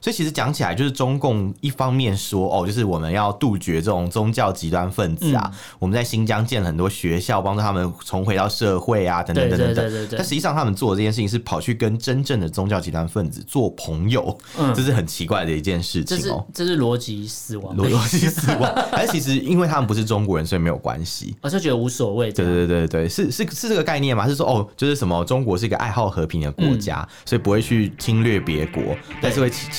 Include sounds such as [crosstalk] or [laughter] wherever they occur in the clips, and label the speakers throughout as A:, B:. A: 所以其实讲起来，就是中共一方面说哦，就是我们要杜绝这种宗教极端分子
B: 嗯
A: 啊，我们在新疆建了很多学校，帮助他们重回到社会啊，等等
B: 对
A: 等等
B: 对对
A: 等。
B: 对对
A: 但实际上，他们做的这件事情是跑去跟真正的宗教极端分子做朋友，
B: 嗯
A: 这是很奇怪的一件事
B: 这
A: 情
B: 是
A: 哦。
B: 这是逻辑死亡，
A: 逻逻辑死亡，而其实因为他们不是中国人，所以没有关系。
B: [laughs] 我就觉得无所谓
A: 对
B: 这样。
A: 对对对对，是是是这个概念吗？是说哦，就是什么中国是一个爱好和平的国家，
B: 嗯
A: 所以不会去侵略别国，但是会欺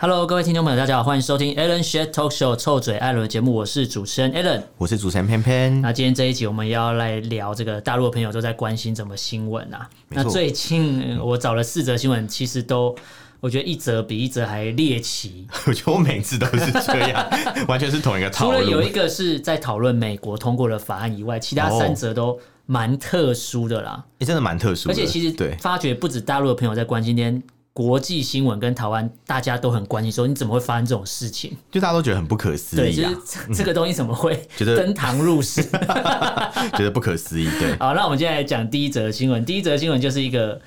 B: Hello，各位听众朋友，大家好，欢迎收听 Alan s h a t Talk Show 臭嘴艾伦的节目，我是主持人 Alan。
A: 我是主持人偏偏，
B: 那今天这一集我们要来聊这个大陆的朋友都在关心什么新闻啊？
A: 没
B: 那
A: 错
B: 最近呃我找了四则新闻，其实都我觉得一则比一则还猎奇。
A: [laughs] 我觉得我每次都是这
B: [laughs]
A: 样，完全是同一个
B: 除
A: 套
B: 了
A: 路
B: 有。一个是在讨论美国通过了法案以外，其他
A: 哦
B: 三则都蛮特殊的啦。
A: 欸真的蛮特殊的，
B: 而且其实
A: 对
B: 发觉不止大陆的朋友在关心，连国际新闻跟台湾大家都很关心，说你怎么会发生这种事情？
A: 就大家都觉得很不可思
B: 对，
A: 议
B: 就
A: 啊
B: 是，这这个东西怎么会
A: 觉得
B: 登堂入室？ [laughs]
A: [laughs] 觉得不可思议。对，
B: 好，那我们今天来讲第一则新闻。第一则新闻就是一个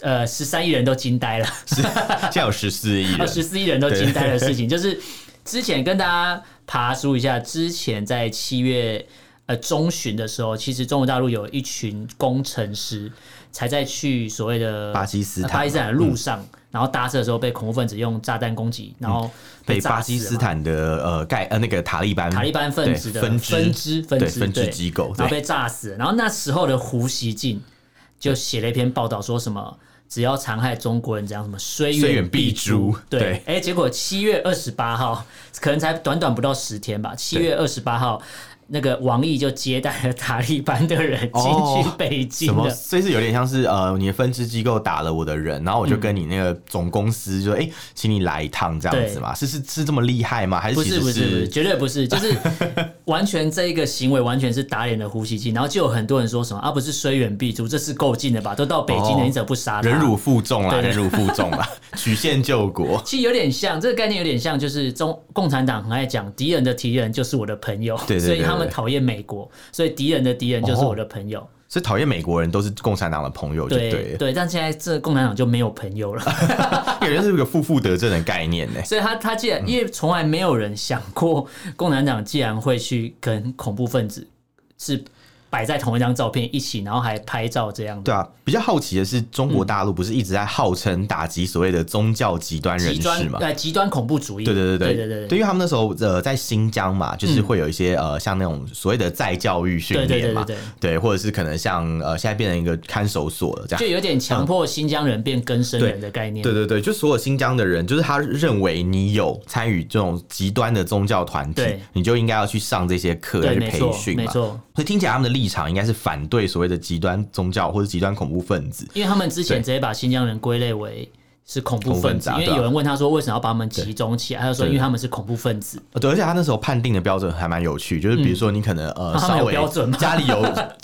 B: 呃，十三亿人都惊呆了，
A: 是现在有十四亿人，
B: [laughs] 十四亿人都
A: 对
B: 惊呆的事
A: [laughs]
B: 情，就是之前跟大家爬梳一下，之前在七月。呃，中旬的时候，其实中国大陆有一群工程师才在去所谓的
A: 巴基斯坦嗯
B: 呃巴基斯坦的路上，然后搭车的时候被恐怖分子用炸弹攻击，然后
A: 嗯被
B: 炸
A: 巴基
B: 死了
A: 斯
B: 嘛
A: 坦的呃盖呃那个塔利班
B: 塔利班分子的
A: 对分支
B: 分支分
A: 对
B: 支
A: 分支
B: 对
A: 机构
B: 然后
A: 对
B: 被炸死了。然后那时候的胡锡进就写了一篇报道，说什么只要残害中国人，怎样什么虽
A: 虽
B: 远
A: 远必
B: 诛
A: 诛。对
B: 对，哎，结果七月二十八号，可能才短短不到十天吧，七月二十八号。那个王毅就接待了塔利班的人进去
A: 哦
B: 北京
A: 什么？
B: 的，
A: 所以是有点像是呃，你的分支机构打了我的人，然后我就跟你那个总公司
B: 嗯
A: 就哎、诶请你来一趟这样子嘛？是是是这么厉害吗？还是
B: 不
A: 其
B: 是
A: 实
B: 不是不是，绝对不是，就是
A: [laughs]
B: 完全这一个行为完全是打脸了呼吸机，然后就有很多人说什么啊，不是虽远必诛，这是够近了吧？都到北京了，
A: 哦
B: 你怎么不杀他？
A: 忍辱负重啦，
B: 对对
A: 忍辱负重啦，曲线救国。
B: 其实有点像这个概念，有点像就是中共产党很爱讲敌人的敌人就是我的朋友，
A: 对对对哦
B: 所以他
A: 对
B: 们
A: 对
B: 讨厌美国，所以敌人的敌人就是我的朋友。
A: 所以讨厌美国人都是共产党的朋友就对
B: 对
A: 了，
B: 对，但现在这共产党就没有朋友了，
A: 感觉是一个负负得正的概念呢、
B: 所以他他既然因为从来没有人想过共产党既然会去跟恐怖分子是摆在同一张照片一起，然后还拍照这样的。
A: 对啊，比较好奇的是，中国大陆不是一直在号称打击所谓的宗教极端人
B: 极
A: 士
B: 端
A: 吗？
B: 呃极端恐怖主义，
A: 对对对
B: 对
A: 对
B: 对嗯
A: 对，因为他们那时候呃在新疆嘛，就是会有一些、呃像那种所谓的再教育训
B: 对对
A: 练
B: 对
A: 嘛
B: 对，对，
A: 对，或者是可能像呃，现在变成一个看守所了这
B: 就
A: 样。
B: 有点强迫新疆人变更生人的概念，
A: 对对对，就所有新疆的人，就是他认为你有参与这种极端的宗教团体
B: 对，
A: 你就应该要去上这些课，要
B: 对，
A: 去
B: 没
A: 培
B: 错
A: 训
B: 没
A: 嘛。
B: 错，
A: 所以听起来他们的立场应该是反对所谓的极端宗教或者极端恐怖分子。
B: 因为他们之前
A: 对
B: 直接把新疆人归类为是恐怖
A: 恐怖分
B: 分子，
A: 子啊
B: 因为
A: 对啊
B: 有人问他说为什么要把他们集中起来，他就说
A: 对
B: 因为他们是恐怖分子。
A: 呃对，而且他那时候判定的标准还蛮有趣，就是比如说你可能、
B: 啊
A: 呃
B: [laughs] 他们有
A: 稍微
B: 标准吗
A: 家里
B: [laughs]
A: 有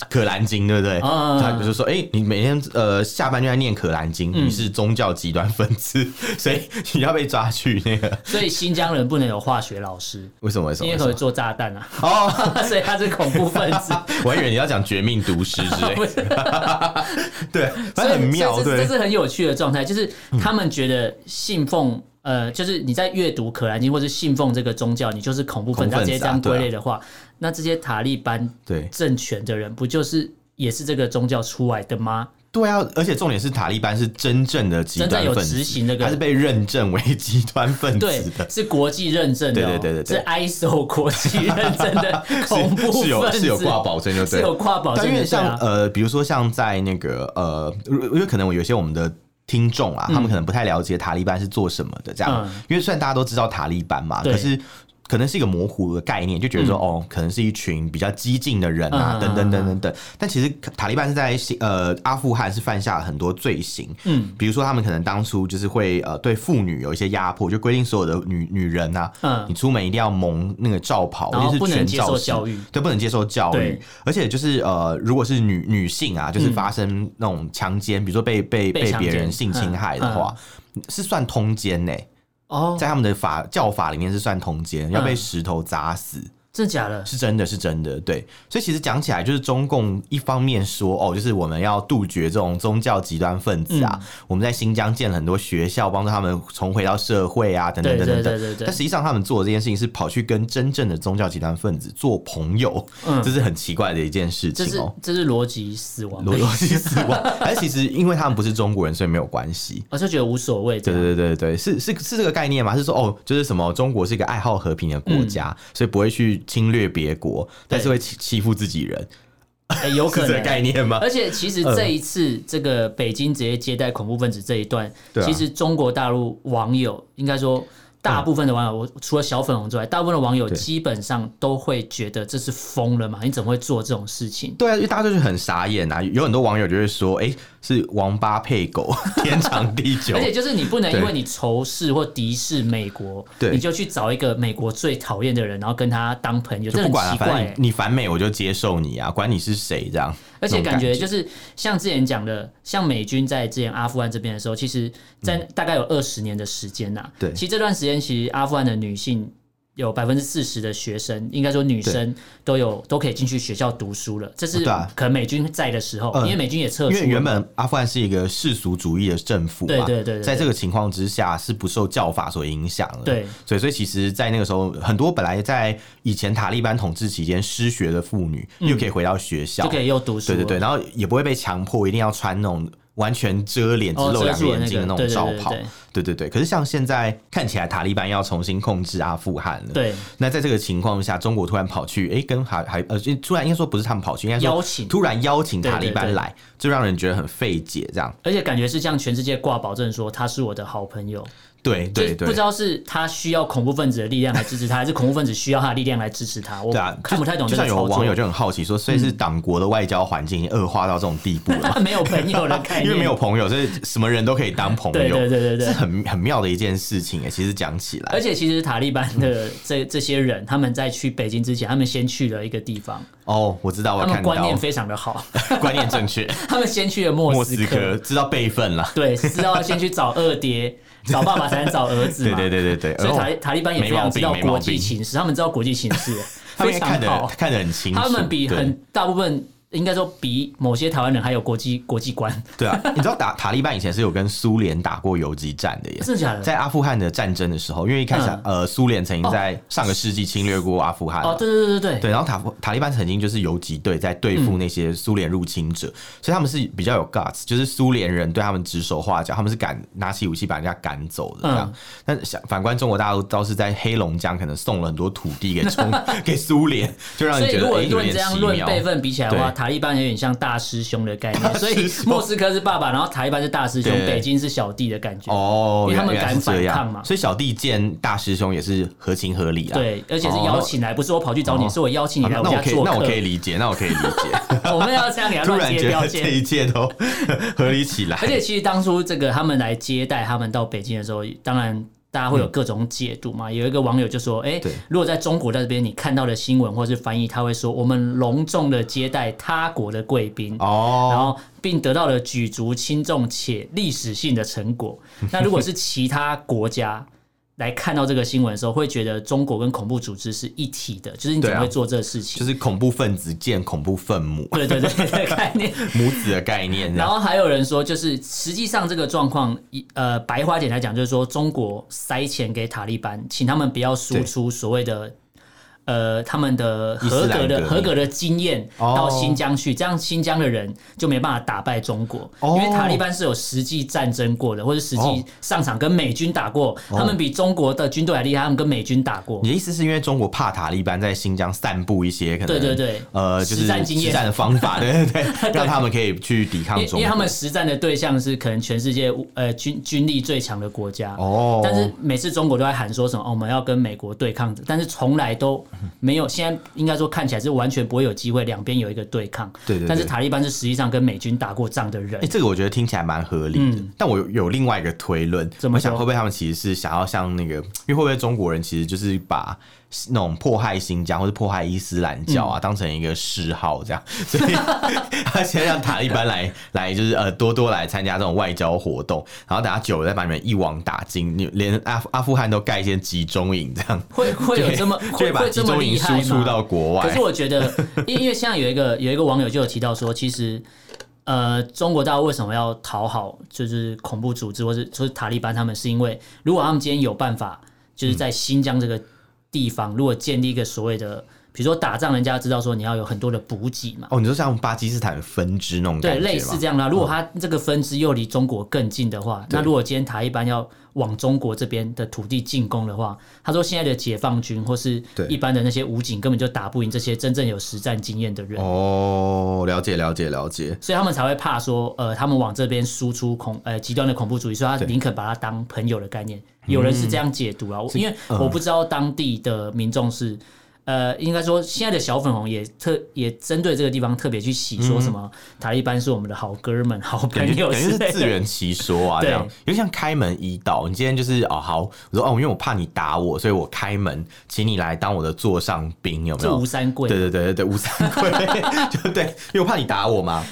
A: 可兰经，对不对？
B: 啊
A: 他就说，哎、你每天呃下班就在念可兰经，
B: 嗯
A: 你是宗教极端分子， [laughs] 所以你要被抓去那个
B: 所以新疆人不能有化学老师，
A: 为什么？为什
B: 因
A: 么？
B: 为
A: 为
B: 可
A: 什
B: 能
A: 么
B: 做炸弹啊，
A: [laughs] 哦，
B: [laughs] 所以他是恐怖分子。 [laughs]
A: 我还以为你要讲《绝命毒师》之类
B: 不是
A: 的， [laughs] 对， [laughs] 反
B: 所
A: 正
B: 以
A: 很妙，
B: 这是这
A: 对。嗯
B: 是很有趣的状态，就是他们觉得信奉。呃，就是你在阅读《可兰经》或者信奉这个宗教，你就是恐怖
A: 恐
B: 分子。他
A: 怖分
B: 直
A: 子啊
B: 接这样归类的话，那这些塔利班
A: 对
B: 政权的人，不就是也是这个宗教出来的吗？
A: 对啊，而且重点是塔利班是真正的极
B: 真正
A: 端
B: 有
A: 分
B: 执
A: 子，
B: 行那个
A: 他是被认证为极端分
B: 对
A: 子的，，
B: 是国际认证的、哦，
A: 对对对对对
B: 是 ISO 国际认证
A: [laughs]
B: 的恐怖分子，
A: 是有是有挂保证就对
B: 是
A: 了
B: 有挂保
A: 但
B: 证
A: 因为
B: 的，对
A: 像、
B: 啊。
A: 呃，比如说像在那个呃，因为可能我有些我们的。听众啊，他们可能不太了解塔利班是做什么的，这样，
B: 嗯
A: 因为虽然大家都知道塔利班嘛，
B: 对
A: 可是可能是一个模糊的概念，就觉得说、哦，可能是一群比较激进的人啊，
B: 嗯
A: 等等等等等。但其实塔利班是在呃阿富汗是犯下了很多罪行，嗯，比如说他们可能当初就是会呃对妇女有一些压迫，就规定所有的女女人啊，
B: 嗯
A: 你出门一定要蒙那个罩袍，
B: 然后
A: 就是
B: 不能
A: 全
B: 接
A: 罩
B: 受
A: 式
B: 教育
A: 对，不能接受教育
B: 对，嗯
A: 而且就是呃，如果是女女性啊，就是发生那种强奸，比如说被被
B: 被
A: 被
B: 强
A: 别人
B: 奸
A: 性侵
B: 嗯
A: 害的
B: 嗯
A: 话，是算通奸呢、
B: 哦，
A: 在他们的法教法里面是算通奸，要被
B: 嗯
A: 石头砸死，
B: 真的假的？
A: 是真的是真的。对，所以其实讲起来，就是中共一方面说哦，就是我们要杜绝这种宗教极端分子
B: 嗯
A: 啊，我们在新疆建了很多学校，帮助他们重回到社会啊，等等等
B: 对
A: 等
B: 对对
A: 等。
B: 对对
A: 但实，际上，他们做的这件事情是跑去跟真正的宗教极端分子做朋友，
B: 嗯
A: 这是很奇怪的一件事
B: 这
A: 情
B: 是
A: 哦。
B: 这是逻辑死亡，
A: 逻逻辑死
B: [laughs]
A: 亡，而其实因为他们不是中国人，所以没有关系。
B: 哎我就觉得无所谓
A: 对
B: 这样。
A: 对对对对，是是是这个概念吗？是说哦，就是什么中国是一个爱好和平的国家，
B: 嗯
A: 所以不会去侵略别国，但是会欺欺负自己人，
B: 哎有
A: 是
B: 可
A: 这个
B: 能。
A: 概念嗯吗？
B: 而且其实这一次这个北京直接接待恐怖分子这一段，
A: 对啊嗯
B: 其实中国大陆网友应该说。大部分的网友，我除了小粉红之外，大部分的网友
A: 对
B: 基本上都会觉得这是疯了嘛？你怎么会做这种事情？
A: 对啊，因为大家就是很傻眼啊，有很多网友就会说，哎、是王八配
B: [laughs]
A: 狗，天长地久
B: 而。且就是你不能
A: 对
B: 因为你仇视或敌视美国，
A: 对
B: 你就去找一个美国最讨厌的人，然后跟他当朋友，
A: 就不
B: 这很
A: 管啊，
B: 奇怪、
A: 反正
B: 欸。
A: 你你反美我就接受你啊，管你是谁这样。
B: 而且
A: 那种
B: 感觉
A: 感
B: 就是像之前讲的，像美军在之前阿富汗这边的时候，其实，在大概有二十年的时间呐、
A: 嗯对
B: 其实这段时间，其实阿富汗的女性有百分之四十的学生，应该说女生都有都可以进去学校读书了。这是
A: 对啊
B: 可能美军在的时候，
A: 嗯
B: 因为美军也撤
A: 因
B: 出
A: 为
B: 了。
A: 原本阿富汗是一个世俗主义的政府嘛，
B: 对对对对
A: 在这个情况之下是不受教法所影响的，
B: 对，
A: 所以所以其实，在那个时候，很多本来在呃以前塔利班统治期间失学的妇女，又可以回到学校，
B: 嗯就可以又读书
A: 对
B: 了，
A: 对对，然后也不会被强迫一定要穿那种完全遮脸、只
B: 哦，
A: 露
B: 遮
A: 两个
B: 住了
A: 眼睛的
B: 那
A: 那
B: 个
A: 种罩袍
B: 对，
A: 对对对。可是像现在看起来，塔利班要重新控制阿富汗了，
B: 对对对对
A: 那在这个情况下，中国突然跑去，哎、跟还还呃，就突然应该说不是他们跑去，应该说
B: 邀请
A: 突然邀请塔利
B: 对对
A: 班
B: 对
A: 来，就让人觉得很费解。这样，
B: 而且感觉是向全世界挂保证说他是我的好朋友，
A: 对对
B: 就是
A: 对
B: 不知，道是他需要恐怖分子的力量来支持他，还是恐怖分子需要他的力量来支持他。我
A: 对啊，
B: 看不太懂
A: 就
B: 这
A: 像
B: 个
A: 有
B: 操作嗯
A: 网友。就很好奇说，所以是党国的外交环境已经恶化到这种地步了吗。
B: [laughs] 没有朋友的概
A: [laughs]
B: 念，
A: 因为没有朋友，所以什么人都可以当朋友，
B: 对对对对对
A: 是很很妙的一件事情哎。其实讲起来
B: 而，且其实塔利班的这这些人，他们在去北京之前，他们先去了一个地方，
A: 哦，我知道，我
B: 他
A: 看
B: 们观
A: 到
B: 念非常的好，
A: [laughs]
B: [laughs]
A: 观念正确，
B: 他们先去了莫
A: 莫
B: 斯
A: 斯科知道辈分了，
B: 对，知道先去找二爹，找爸爸才能找儿子
A: 对
B: 嘛。
A: [laughs] 对对对对，
B: 所以塔
A: 哦
B: 利塔利班也
A: 没
B: 非常
A: 毛
B: 知
A: 病
B: 道
A: 没毛
B: 国际
A: 病
B: 情势，他们知道国际情势，
A: 他们
B: 非
A: 应该
B: 常
A: 看
B: 好
A: 得。看得很清楚，
B: 他们比
A: 对
B: 很大部分应该说比某些台湾人还有国际国际观，
A: 对啊，你知道打塔利班以前是有跟苏联打过游击战的耶。
B: 真的假的？
A: 在阿富汗的战争的时候，因为一开始、
B: 嗯
A: 呃，苏联曾经在上个世纪侵略过阿富汗嘛、
B: 哦，对对对对对，
A: 对，然后塔夫塔利班曾经就是游击队在对
B: 嗯
A: 付那些苏联入侵者，所以他们是比较有 guts，就是苏联人对他们指手画脚，他们是敢拿起武器把人家赶走的这样。
B: 嗯
A: 但想反观中国大陆，倒是在黑龙江可能送了很多土地给
B: [laughs]
A: 中给苏联，就让
B: 所
A: 你
B: 以
A: 觉
B: 如
A: 得
B: 果
A: 哎、有
B: 论
A: 点
B: 这样
A: 奇
B: 论
A: 妙。
B: 辈分比起来的话，
A: 对
B: 塔利班有点像大师兄的
A: [laughs]
B: 概念，所以
A: 兄
B: 莫斯科是爸爸，然后塔利班是大师兄，
A: 对
B: 北京是小弟的感觉。
A: 哦，
B: 因为他们
A: 原来是
B: 敢反
A: 这样
B: 抗嘛
A: 所以小弟见大师兄也是合情合理啦。
B: 对，而且是邀请来，不是我跑去找你，
A: 哦
B: 是我邀请你
A: 好。
B: 来
A: 那那
B: 我家
A: 我可以，
B: 做
A: 那我
B: 客
A: 可。以理解，那我可以理解。
B: [laughs] 我们要这样给他
A: [laughs] 突
B: 乱
A: 然
B: 接
A: 觉
B: 标
A: 得这
B: 签。
A: 一切都 [laughs] 合理起来
B: 而。且其实当初这个他们来接待他们到北京的时候，当然。大家会有各种解读嘛？有一个网友就说：“哎、
A: 嗯对
B: 如果在中国在这边你看到的新闻或是翻译，他会说我们隆重的接待他国的贵宾，
A: 哦，
B: 然后并得到了举足轻重且历史性的成
A: [laughs]
B: 果。那如果是其他国家来看到这个新闻的时候，会觉得中国跟恐怖组织是一体的，就是你怎
A: 对
B: 么
A: 啊
B: 会做这事情？
A: 就是恐怖分子见恐怖分母，
B: 对对对
A: [laughs]
B: 对，概念。
A: 母子的概念这
B: 然
A: 样。
B: 后还有人说，就是实际上这个状况，一呃，白话点来讲，就是说中国塞钱给塔利班，请他们不要输出所谓的呃他们的
A: 伊斯
B: 合
A: 兰
B: 格
A: 革
B: 的
A: 命
B: 合格的经验
A: 哦
B: 到新疆去，这样新疆的人就没办法打败中国，
A: 哦
B: 因为塔利班是有实际战争过的，或者实
A: 哦
B: 际上场跟美军打过，他们比中国的军队还厉害，他们跟美军打过
A: 你。的意思是因为中国怕塔利班在新疆散布一些可能
B: 对对对
A: 呃就是
B: 实战经验
A: 实战的方法，对
B: [laughs]
A: 对对，让他们可以去抵抗
B: 因为因
A: 中
B: 为他
A: 国。
B: 们实战的对象是可能全世界呃军军力最强的国家，
A: 哦，
B: 但是每次中国都在喊说什么、哦我们要跟美国对抗，但是从来都没有。现在应该说看起来是完全不会有机会，两边有一个对抗。
A: 对对对
B: 但是塔利班是实际上跟美军打过仗
A: [laughs]
B: 的人
A: 哎、，这个我觉得听起来蛮合理的，但我有有另外一个推论，
B: 嗯怎么
A: 我想
B: 说
A: 会不会他们其实是想要像那个，因为会不会中国人其实就是把那种迫害新疆或者迫害伊斯兰教
B: 嗯
A: 啊、当成一个嗜好这样，所以 [laughs] 他先让塔利班来来就是呃多多来参加这种外交活动，然后等下久了再把你们一网打尽，你连阿富阿富汗都盖一些集中营这样，
B: 会会有这么
A: 就
B: 会
A: 会把
B: 会
A: 集
B: 这么
A: 中
B: 厉
A: 营输
B: 害
A: 出
B: 吗？
A: 到国
B: 可
A: 外
B: 是。我觉得， [laughs] 因因为像有一个有一个网友就有提到说，其实呃，中国大陆为什么要讨好就是恐怖组织或是说塔利班他们，是因为如果他们今天有办法，就是在新疆这个地方，如果建立一个所谓的，比如说打仗，人家知道说你要有很多的补给嘛。
A: 哦，你说像巴基斯坦分支那种感
B: 对，
A: 觉
B: 类似
A: 吗
B: 这样啊啦。如果他这个分支又离中国更近的话，那
A: 对
B: 如果今天塔利班要往中国这边的土地进攻的话，他说现在的解放军或是
A: 对
B: 一般的那些武警根本就打不赢这些真正有实战经验的人，
A: 哦，了解了解了解。
B: 所以他们才会怕说，呃，他们往这边输出恐呃极端的恐怖主义，所以他
A: 对
B: 宁可把它当朋友的概念。有人是这样解读啊，
A: 嗯
B: 我因为我不知道当地的民众是。呃，应该说现在的小粉红也特也针对这个地方特别去洗，说什么、塔利班是我们的好哥们、好朋
A: 感觉
B: 友
A: 嗯感觉
B: 之
A: 是
B: 类
A: 自
B: 的。
A: 圆其说啊，这
B: 对
A: 样有点像开门一道。你今天就是哦好，我说哦，因为我怕你打我，所以我开门，请你来当我的座上宾，有没
B: 这
A: 有
B: 吴？三桂，
A: 对对对对对，吴三桂， [laughs] 就对，因为我怕你打我嘛。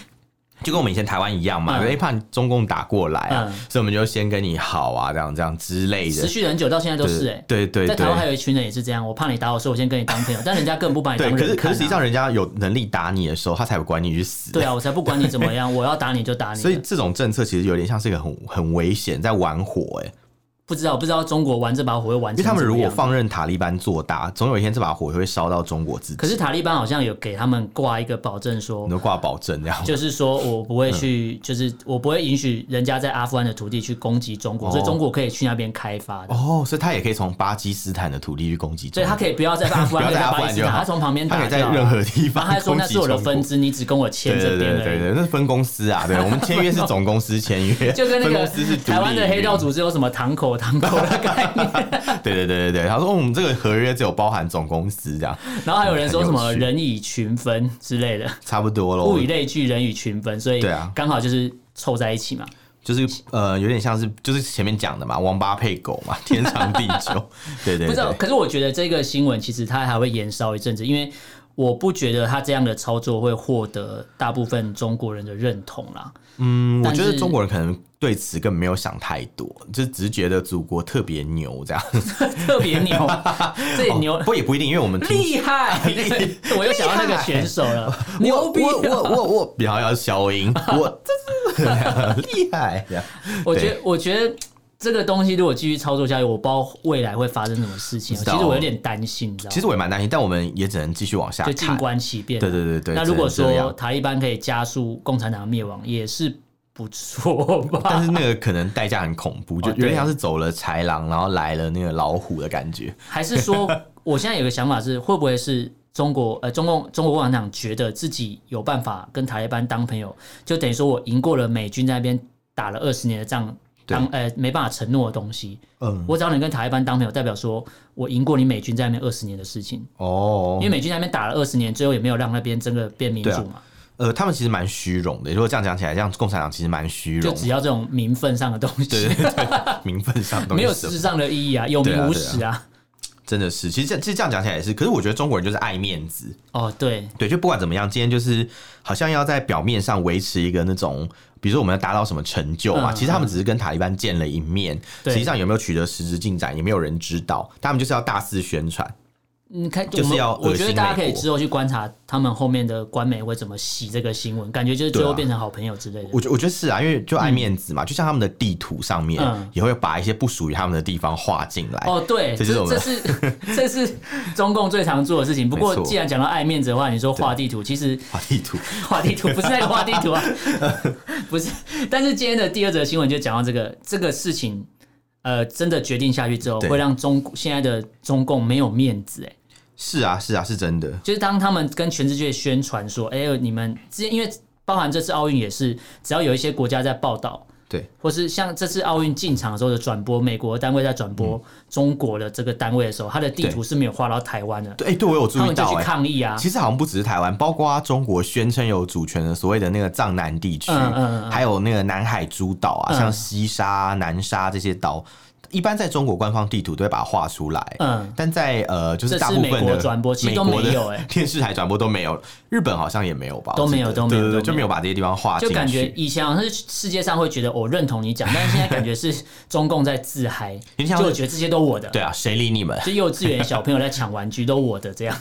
A: 就跟我们以前台湾一样嘛，因
B: 嗯
A: 为、怕中共打过来啊，
B: 嗯
A: 所以我们就先跟你好啊，这样这样之类的
B: 持，续很久，到现在都是哎、欸
A: 对对
B: 在
A: 对
B: 台湾还
A: 对。
B: 有一群人也是这样，我怕你打我，所以我先跟你当朋友，但
A: [laughs]
B: 人家更不把你
A: 对，
B: 当
A: 可是
B: 人
A: 可
B: 看、
A: 是
B: 啊。
A: 实际上，人家有能力打你的时候，他才不管你去死。
B: 对啊，我才不管你怎么样， [laughs] 我要打你就打你。啊
A: 所以这种政策其实有点像是一个很很危险，在玩火哎、
B: 不知道不知道中国玩这把火会玩
A: 因为
B: 成
A: 他们
B: 怎么
A: 如果
B: 样，
A: 放任塔利班做大，总有一天这把火会烧到中国自己。
B: 可是塔利班好像有给他们挂一个保证说
A: 你。都挂保证这样，
B: 就是说，我不会去，
A: 嗯
B: 就是我不会允许人家在阿富汗的土地去攻击中国，所以
A: 哦
B: 中国可以去那边开发的，
A: 哦，所以他也可以从巴基斯坦的土地去攻击中
B: 所以
A: 国，
B: 他可以不要在阿富汗，
A: 哦不
B: 可以
A: 要在阿富
B: 巴
A: 汗
B: 基斯
A: 就
B: 坦，
A: 好
B: 他从旁边
A: 他可
B: 打
A: 以在
B: 掉啊。
A: 任何地
B: 然
A: 方
B: 后他说
A: 攻
B: 那
A: 击
B: 是我的
A: 中国
B: 分。支，你只跟我签
A: 对
B: 这
A: 对
B: 边
A: 对
B: 而
A: 对
B: 已。
A: 对，那是分公司啊，对我们签约是总公司签约，
B: [laughs] 就跟那
A: 分
B: 个
A: 公司是独立
B: 台湾的
A: 于
B: 黑道组织有什么堂口堂口的概念，
A: [laughs] 对对对对对，他说、哦、我们这个合约只有包含总公司这样，
B: 然后还有人说什
A: 很有
B: 么
A: 趣
B: 人以群分之类的，
A: 差不多
B: 物
A: 咯
B: 以。类聚，人以群分，所以
A: 对啊
B: 刚好就是凑在一起嘛。
A: 就是呃，有点像是就是前面讲的嘛，王八配狗嘛，天长地
B: [laughs]
A: 久。对对
B: 不知道，
A: 对，
B: 可是我觉得这个新闻其实它还会延烧一阵子，因为我不觉得他这样的操作会获得大部分中国人的认同啦。 [laughs]
A: 嗯，我
B: 但
A: 觉得
B: 是
A: 中国人可能对此根本没有想太多，就只是觉得祖国特别牛这样。
B: 特别
A: [laughs]
B: 牛，这也牛
A: 哦不过也不一定，因为我们听。
B: 厉害，
A: [laughs]
B: 我又想到那个选手了，牛逼啊！
A: 我我我我比较要消音，我这是厉害。这样
B: 我觉
A: 对
B: 得，我觉得这个东西如果继续操作下去，我不知道未来会发生什么事情。
A: 不知
B: 其
A: 道
B: 实我有点担心，你知道吗？
A: 其实我也蛮担心，但我们也只能继续往下
B: 就静
A: 看。
B: 观其变。
A: 对对对对，
B: 那如果
A: 只能这
B: 说
A: 样，
B: 塔利班可以加速共产党的灭亡，也是不错吧？
A: 但是那个可能代价很恐怖，就
B: 哦
A: 有点
B: 对
A: 像是走了豺狼，然后来了那个老虎的感觉。
B: 还是说，我现在有个想法是，会不会是中国呃中共中国共产党觉得自己有办法跟塔利班当朋友，就等于说我赢过了美军在那边打了二十年的仗。
A: 对
B: 当呃没办法承诺的东西，
A: 嗯，
B: 我只要能跟塔利班当朋友，代表说我赢过你美军在那边二十年的事情。
A: 哦，
B: 因为美军在那边打了二十年，最后也没有让那边真的变民主嘛，
A: 呃，他们其实蛮虚荣的。如果这样讲起来，这样共产党其实蛮虚
B: 就
A: 荣，
B: 只要这种名分上的东西，
A: 对对对，名分上的东西
B: 没有
A: 是
B: 实质上的意义啊，有
A: 对啊
B: 名无
A: 对啊
B: 实啊。
A: 真的是。其实这其实这样讲起来也是，可是我觉得中国人就是爱面子，
B: 哦，对，
A: 对，就不管怎么样，今天就是好像要在表面上维持一个那种，比如说我们要达到什么成就嘛，
B: 嗯
A: 其实他们只是跟塔利班见了一面，
B: 对
A: 实际上有没有取得实质进展，也没有人知道，他们就是要大肆宣传。
B: 你看，
A: 就是
B: 我们
A: 要
B: 我觉
A: 恶
B: 得
A: 心
B: 大
A: 美
B: 家可以
A: 国
B: 之后去观察他们后面的官媒会怎么洗这个新闻，感觉就是最
A: 对啊
B: 后变成好朋友之类的。
A: 我觉我觉得是啊，因为就爱面子嘛，就像他们的地图上面
B: 嗯
A: 也会把一些不属于他们的地方画进来。
B: 哦，对，
A: 哎这
B: 这
A: 就是我们
B: 这是
A: [laughs]
B: 这是中共最常做的事情。不过
A: 没错
B: 既然讲到爱面子的话，你说画地图，其实
A: 画地图，
B: 画地图不是在画地
A: [laughs]
B: 图啊， [laughs] 不是。但是今天的第二则新闻就讲到这个这个事情，呃，真的决定下去之后，
A: 对
B: 会让中现在的中共没有面子、哎，
A: 是啊，是啊，是真的。
B: 就是当他们跟全世界宣传说，哎、呦，你们之前因为包含这次奥运也是，只要有一些国家在报道。
A: 对，
B: 或是像这次奥运进场的时候的转播，美国单位在转
A: 嗯
B: 播中国的这个单位的时候，它的地图是没有画到台湾的，
A: 对，哎、对我有注
B: 他
A: 意
B: 们就
A: 到、
B: 去
A: 哎。
B: 抗议啊。
A: 其实好像不只是台湾，包括中国宣称有主权的所谓的那个藏南地区，
B: 嗯嗯嗯
A: 还有那个南海诸岛啊，
B: 嗯
A: 像西沙啊、南沙这些岛，一般在中国官方地图都会把它画出来。
B: 嗯，
A: 但在呃，就是
B: 这
A: 大
B: 次
A: 部
B: 美
A: 分的
B: 国转播其实
A: 美
B: 都没
A: 国的 [laughs]
B: 有哎
A: 电视台转播都没有，日本好像也没有吧？
B: 都没有
A: 我记得
B: 都没有
A: 对对对
B: 都没有
A: 就没有把这些地方画进
B: 就
A: 去。
B: 感觉以前好像是世界上会觉得我认同你讲，但是现在感觉是中共在
A: [laughs]
B: 自嗨，
A: 你
B: 就
A: 想
B: 我觉得这些都我的，
A: 对啊，谁理你们？ [laughs]
B: 就幼稚园小朋友在抢玩具都我的这样。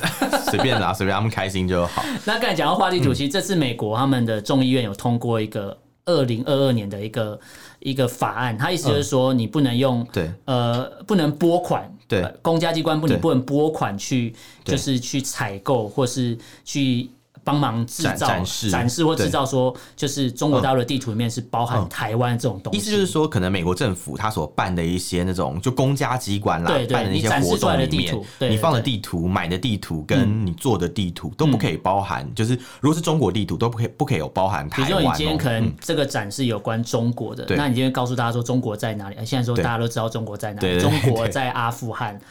A: 随便啦，随便他们开心就好。
B: 那刚才讲到话题主
A: 嗯
B: 席，这次美国他们的众议院有通过一个二零二二年的一个一个法案，它意思就是说你不能用、
A: 对
B: 呃不能拨款，
A: 对
B: 呃公家机关不你
A: 对
B: 不能拨款去
A: 对
B: 就是去采购或是去。帮忙制
A: 展
B: 造、
A: 展示
B: 或制
A: 对
B: 造说，就是中国大陆的地图里面是包含台湾这种东西。
A: 意思就是说，可能美国政府他所办的一些那种就公家机关啦
B: 对对
A: 办的一
B: 你
A: 些
B: 展示
A: 活
B: 出来
A: 动
B: 的
A: 里
B: 地
A: 面
B: 图，对
A: 你
B: 对
A: 放的
B: 对嗯
A: 地图、买的地图跟你做的地图都不可以包含，就是如果是中国地图都不可以不可以有包含
B: 比
A: 台
B: 如
A: 湾、
B: 说
A: 哦。
B: 你今天可能
A: 嗯
B: 这个展示有关中国的，
A: 对
B: 那你今天告诉大家说中国在哪里？呃现在说
A: 对
B: 大家都知道中国在哪里，
A: 对对对
B: 中国
A: 对
B: 在阿富汗，
A: [laughs]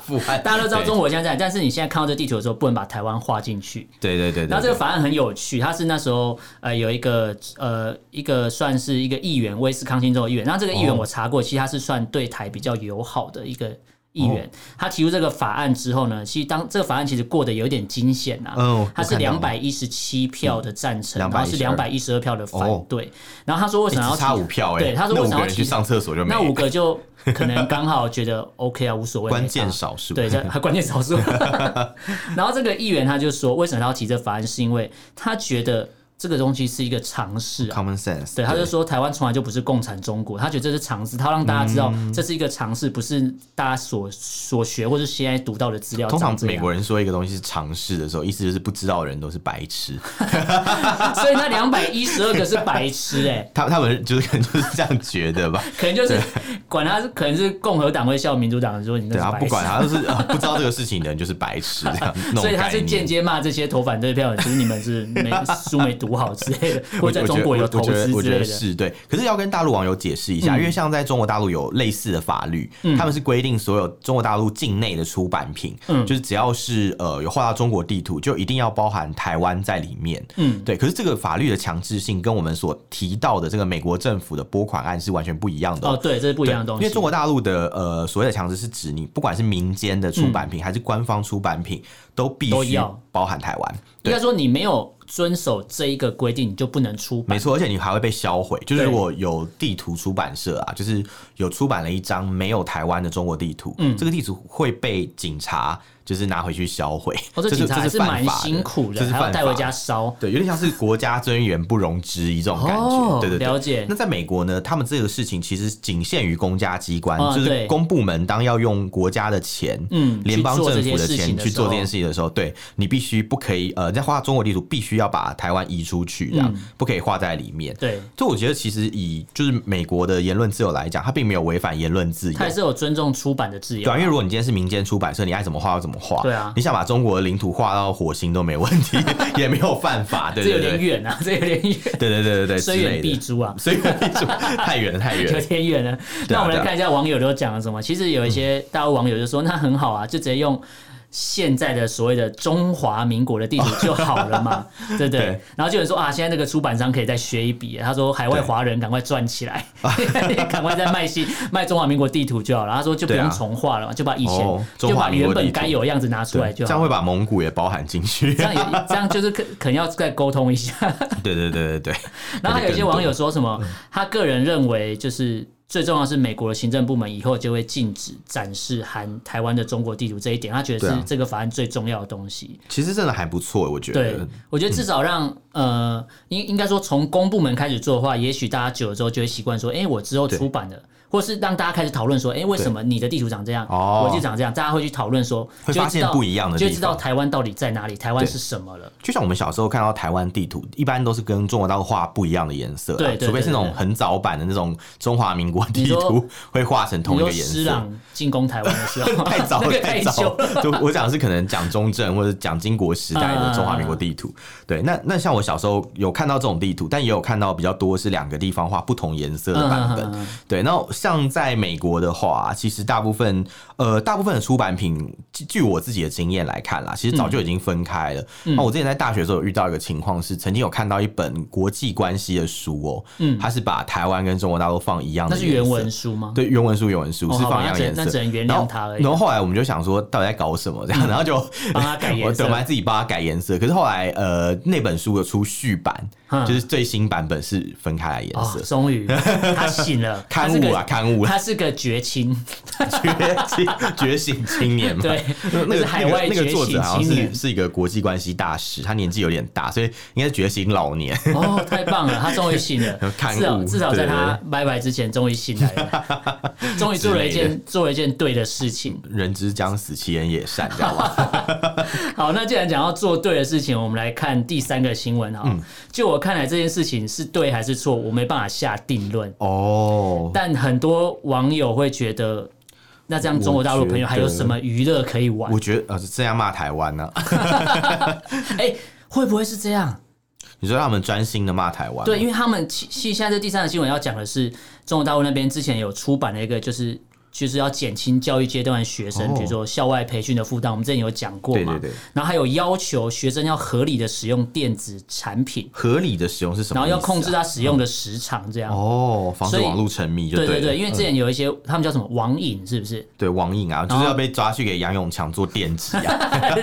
A: 富
B: [laughs]
A: 汉
B: 大家都知道
A: 对
B: 中国现在在哪里，但是你现在看到这地图的时候，不能把台湾画进去。
A: 对对对对，
B: 然后这个
A: 对
B: 法案很有趣，它是那时候呃有一个呃一个算是一个议员，威斯康星州的议员。那这个议员
A: 哦
B: 我查过，其实他是算对台比较友好的一个议员。
A: 哦
B: 他提出这个法案之后呢，其实当这个法案其实过得有点惊险呐、
A: 嗯我
B: 他是
A: 看到
B: 两
A: 了
B: 百一十七票的赞成，
A: 嗯
B: 然后是两百
A: 212
B: 一十二票的反
A: 哦
B: 对。然后他说为什么
A: 诶
B: 要
A: 只差
B: 提
A: 五票哎、
B: 对，他说
A: 那
B: 为
A: 五
B: 什
A: 个
B: 么要
A: 人去
B: 提？
A: 上厕所就没
B: 那
A: 了
B: 五个就可能刚好觉得 OK 啊，无所谓，
A: 关
B: 没差
A: 键少数，[laughs]
B: 啊对，这关键少数。然后这个议员他就说，为什么他要提这法案，是因为他觉得这个东西是一个尝试啊。
A: common sense，
B: 对，他就说台湾从来就不是共产中国，他觉得这是尝试，他让大家知道这是一个尝试，不是大家所所学或是现在读到的资料
A: 通
B: 长
A: 常
B: 这
A: 美
B: 样。
A: 国人说一个东西是尝试的时候，意思就是不知道的人都是白痴，
B: [laughs] 所以那两百一十二个是白痴
A: [laughs]
B: 哎、
A: 他他们就是可能就是这样觉得吧。
B: 可能就是管他是可能是共和党会笑民主党说你那
A: 对
B: 是
A: 啊，
B: 白
A: 不
B: 痴，
A: 管他就是、呃不知道这个事情的人就是白痴这
B: [laughs]
A: 样，那种
B: 所以他
A: 概
B: 是
A: 念
B: 间接骂这些投反对票的，就是你们是没书没读好之类的，或
A: [laughs] 我
B: 者在
A: 我觉
B: 中
A: 得
B: 国有
A: 我
B: 投
A: 我觉
B: 资
A: 得我
B: 之
A: 觉
B: 类
A: 得
B: 的。嗯
A: 是对，可是要跟大陆网友解释一下，因为像在中国大陆有类似的法律，他们是规定所有中国大陆境内的出版品，
B: 嗯
A: 就是只要是呃有画到中国地图，就一定要包含台湾在里面。
B: 嗯，
A: 对，可是这个法律的强制性跟我们所提到的这个美国政府的拨款案是完全不一样的
B: 哦，
A: 哦。
B: 对，这是不一样的东西。
A: 因为中国大陆的呃所谓的强制是指你不管是民间的出版品、还是官方出版品，都必
B: 都
A: 须
B: 要
A: 包含台湾。
B: 应
A: 对
B: 该说你没有遵守这一个规定，你就不能出版。
A: 没错，而且你还会被销毁。就是
B: 对
A: 如果有地图出版社啊，就是有出版了一张没有台湾的中国地图，
B: 嗯
A: 这个地图会被警察就是拿回去销毁。
B: 哦，这
A: 是
B: 警察还
A: 这是
B: 是蛮
A: 犯法的
B: 辛苦的
A: 这，是
B: 还要
A: 犯
B: 带回
A: 法。
B: 家烧。
A: 对，有点像是国家尊严不容置疑这种感觉。
B: 哦，
A: 对对对。
B: 了解
A: 那。在美国呢，他们这个事情其实仅限于公家机关，
B: 哦
A: 就
B: 对
A: 是公部门当要用国家的钱，
B: 嗯
A: 联邦
B: 去做
A: 政
B: 这
A: 府
B: 些
A: 的
B: 事情
A: 钱
B: 的
A: 去
B: 时
A: 做这
B: 候
A: 件事情的时候，对你必须不可以呃，在画中国地图必须要把台湾移出去，这样、不可以画在里面。
B: 嗯对，
A: 就我觉得，其实以就是美国的言论自由来讲，它并没有违反言论自由
B: 他。还是有尊重出版的自
A: 对
B: 由
A: 啊，。因为如果你今天是民间出版社，你爱怎么画就怎么画。
B: 对啊
A: 你想把中国的领土画到火星都没问
B: [laughs]
A: 题，也没有犯法。对
B: 这有
A: 对
B: 点
A: 对，
B: 远啊，这有点
A: [laughs]
B: 远，
A: 对对对对对，
B: 虽
A: 之
B: 远
A: 类
B: 必
A: 的。
B: 诛啊。
A: 所以太远了，太远
B: [laughs] 有
A: 了。
B: 点远了。
A: 对啊
B: 那我们
A: 对
B: 来
A: 啊嗯
B: 看一下网友都讲了什么。其实有一些大陆网友就说，那很好啊，就直接用。现在的所谓的中华民国的地图就好
A: [laughs]
B: 了嘛，对不对？
A: 对
B: 然后就有人说啊，现在那个出版商可以再学一笔，啊他说海外华人赶快赚起来， [laughs] 赶快再卖新 [laughs] 卖中华民国地图就好了。他说就不
A: 对
B: 用
A: 啊
B: 重画了嘛，就把以前、
A: 哦
B: 就
A: 中华
B: 把
A: 民国
B: 原
A: 地
B: 本
A: 图
B: 该有的样子拿出来
A: 对，
B: 就
A: 这
B: 好
A: 样
B: 了。
A: 会把蒙古也包含进
B: [laughs]
A: 去。
B: 这样也这样就是可可能要再沟通一下。
A: 对对对对对，
B: [laughs]
A: [laughs] 嗯
B: 然后还有一些网友说什么，他个人认为就是。最重要的是，美国的行政部门以后就会禁止展示含台湾的中国地图这一点，他觉
A: 对
B: 得
A: 啊
B: 是这个法案最重要的东西。
A: 其实真的还不错，我觉
B: 对
A: 得。，
B: 我觉得至少让、呃，应应该说从公部门开始做的话，也许大家久了之后就会习惯说，哎、我之后
A: 对
B: 出版的，或是让大家开始讨论说，哎、为什么你的地图长这样，
A: 哦
B: 我的地图长这样，大家会去讨论说，
A: 会
B: 就
A: 发
B: 知
A: 现
B: 道
A: 不一样的
B: 就
A: 地
B: 知道
A: 方
B: 台湾到底在哪里，台湾
A: 对
B: 是什么了。
A: 就像我们小时候看到台湾地图，一般都是跟中国大陆画不一样的颜色啊，
B: 对对
A: 除非是那
B: 对
A: 种
B: 对
A: 很早版的那种中华民国地
B: 你
A: 图
B: 说
A: [laughs] 会画成同
B: 你
A: 一
B: 说
A: 个颜
B: 施
A: 色。
B: 琅进攻台湾的时候，
A: [laughs] 太早
B: [laughs] 那
A: 了，
B: 个
A: 太
B: 太
A: 早 [laughs]
B: 久了。嗯
A: 了。就我讲的是可能蒋中正或者蒋经国时代的中华民国地图。对，那那像我小时候有看到这种地图，但也有看到比较多是两个地方画不同颜色的版本。
B: 嗯嗯嗯嗯
A: 对，那像在美国的话，其实大部分呃大部分的出版品，据据我自己的经验来看啦，其实早
B: 嗯
A: 就已经分开了。那、我之前在大学的时候有遇到一个情况是，曾经有看到一本国际关系的书哦、
B: 嗯
A: 它是把台湾跟中国大陆放一样的
B: 那
A: 颜
B: 是
A: 色，
B: 原文书吗？
A: 对，原文书原文书
B: 哦
A: 是
B: 好吧
A: 放一样
B: 那只
A: 颜色，
B: 那只能原
A: 然后
B: 谅他而已
A: 然后后来我们就想说，到底在搞什么这样，然后就
B: 帮他改
A: 我
B: [laughs] 颜
A: 对
B: 色
A: 我们还自己帮他改颜色。可是后来呃，那本书有出续版，
B: 嗯
A: 就是最新版本是分开来颜
B: 哦
A: 色，。
B: 终于他醒了，他
A: [laughs] 刊
B: 是
A: 物
B: 个
A: 啊，刊物啊，
B: 他是个
A: [laughs]
B: 绝情，
A: 觉醒觉醒青年嘛，
B: 对
A: 那个
B: 那是海外
A: 那个那个作者好像
B: 觉醒青
A: 是
B: 年
A: 是一个国际关系大使，他年纪有点大，所以应该是觉醒老
B: [laughs]
A: 年。
B: 哦，太棒了，他终于醒
A: [laughs]
B: 了
A: 看，
B: 至少
A: 物
B: 至少
A: 对
B: 在他拜拜之前，终于醒来了，
A: [laughs]
B: 终于做了一
A: 之类
B: 件做了一件对的事情。
A: 人之将死，其言也善，知道
B: [laughs]
A: 吗？
B: 好，那既然讲到做对的事情，我们来看第三个新闻哈。
A: 嗯
B: 就我看来，这件事情是对还是错，我没办法下定论。
A: 哦，
B: 但很多网友会觉得，那这样中国大陆朋友还有什么娱乐可以玩
A: 我？觉得呃，这样骂台湾啊呢、
B: [laughs] 哎、会不会是这样？
A: 你说让他们专心的骂台湾吗，
B: 对，因为他们其其实现在这第三个新闻要讲的是，中国大陆那边之前有出版了一个，就是就是要减轻教育阶段的学生，
A: 哦
B: 比如说校外培训的负担，我们之前有讲过
A: 对
B: 嘛。
A: 对对，
B: 然后还有要求学生要合理的使用电子产品，
A: 合理的使用是什么、啊
B: 然后要控制。它使用的时长，这样。
A: 哦，防止
B: 所以
A: 网络沉迷就
B: 对
A: 对
B: 对
A: 了
B: 对，因为之前有一些、他们叫什么网瘾，是
A: [laughs]
B: 不是？
A: 对网瘾啊，就
B: 然
A: 是
B: 后
A: 要被抓去给杨永强做电击啊，
B: 电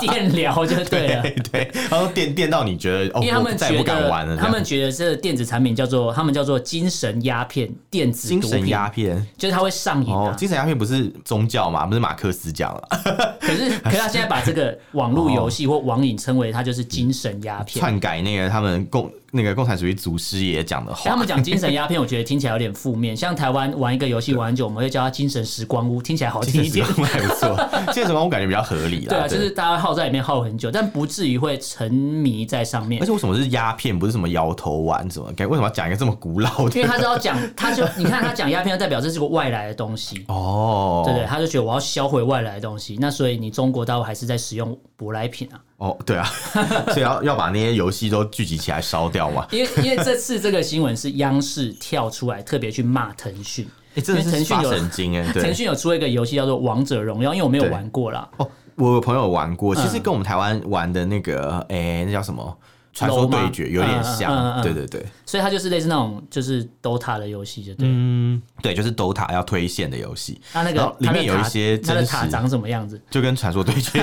B: 电疗就对了。
A: 对 [laughs] 对，然后电电到你觉得哦，
B: 因为他
A: 我
B: 们
A: 再
B: 觉
A: 也
B: 得
A: 不敢玩了，
B: 他们觉得这个电子产品叫做他们叫做精神鸦片、电
A: 这
B: 子
A: 样精
B: 毒
A: 神
B: 品，
A: 鸦片
B: 就是它会上瘾、啊
A: 哦，精神鸦片不是宗教嘛，不是马克思讲了， [laughs]
B: 可是，可是他现在把这个网络游
A: 哦
B: 戏或网瘾称为它就是精神鸦片。
A: 篡改那个他们共那个共产主义祖师爷讲的
B: 他
A: 话， [laughs]
B: 们讲精神鸦片，我觉得听起来有点负面。像台湾玩一个游戏玩很久，我们会叫它精神时光屋，听起来好听
A: 精
B: 一
A: 神时
B: 点。
A: 光还不
B: [laughs]
A: 错，精神时光我感觉比较合理啦，
B: 对啊，就是大家耗在里面耗很久，但不至于会沉迷在上面
A: [laughs] 而。且为什么是鸦片，不是什么摇头丸什么？为什么要讲一个这么古
B: [laughs]
A: 老
B: 因为
A: 的？
B: 他是要讲，他就你看他讲鸦片，代表这是个外来的东西，
A: [laughs] 哦，
B: 对不对？他就觉得我要销毁外来的东西，那所以你中国大陆还是在使用舶来品啊。
A: 哦，对啊， [laughs] 所以要要把那些游戏都聚集起来烧掉
B: [laughs]
A: 嘛。
B: 因为因为这次这个新闻是央视跳出来特别去骂腾讯，
A: 哎、真的
B: 因
A: 是
B: 为腾讯
A: 发
B: 有
A: 神经
B: [laughs]
A: 哎、
B: 腾
A: 对。
B: 讯有出一个游戏叫做《王者荣耀》，因为我没有
A: 对
B: 玩过啦。
A: 哦，我有朋友玩过，其实
B: 嗯
A: 跟我们台湾玩的那个，哎、那叫什么？传说
B: LOL 吗
A: 对决有点像，
B: 嗯嗯嗯嗯
A: 对对对，
B: 所以它就是类似那种就是 DOTA 的游戏，就对。
A: 嗯，对，就是 DOTA 要推线的游戏，
B: 它那
A: 然
B: 个
A: 后里面有一些
B: 它的塔它
A: 真
B: 的塔
A: 实
B: 长什么样子？
A: 就跟传说对决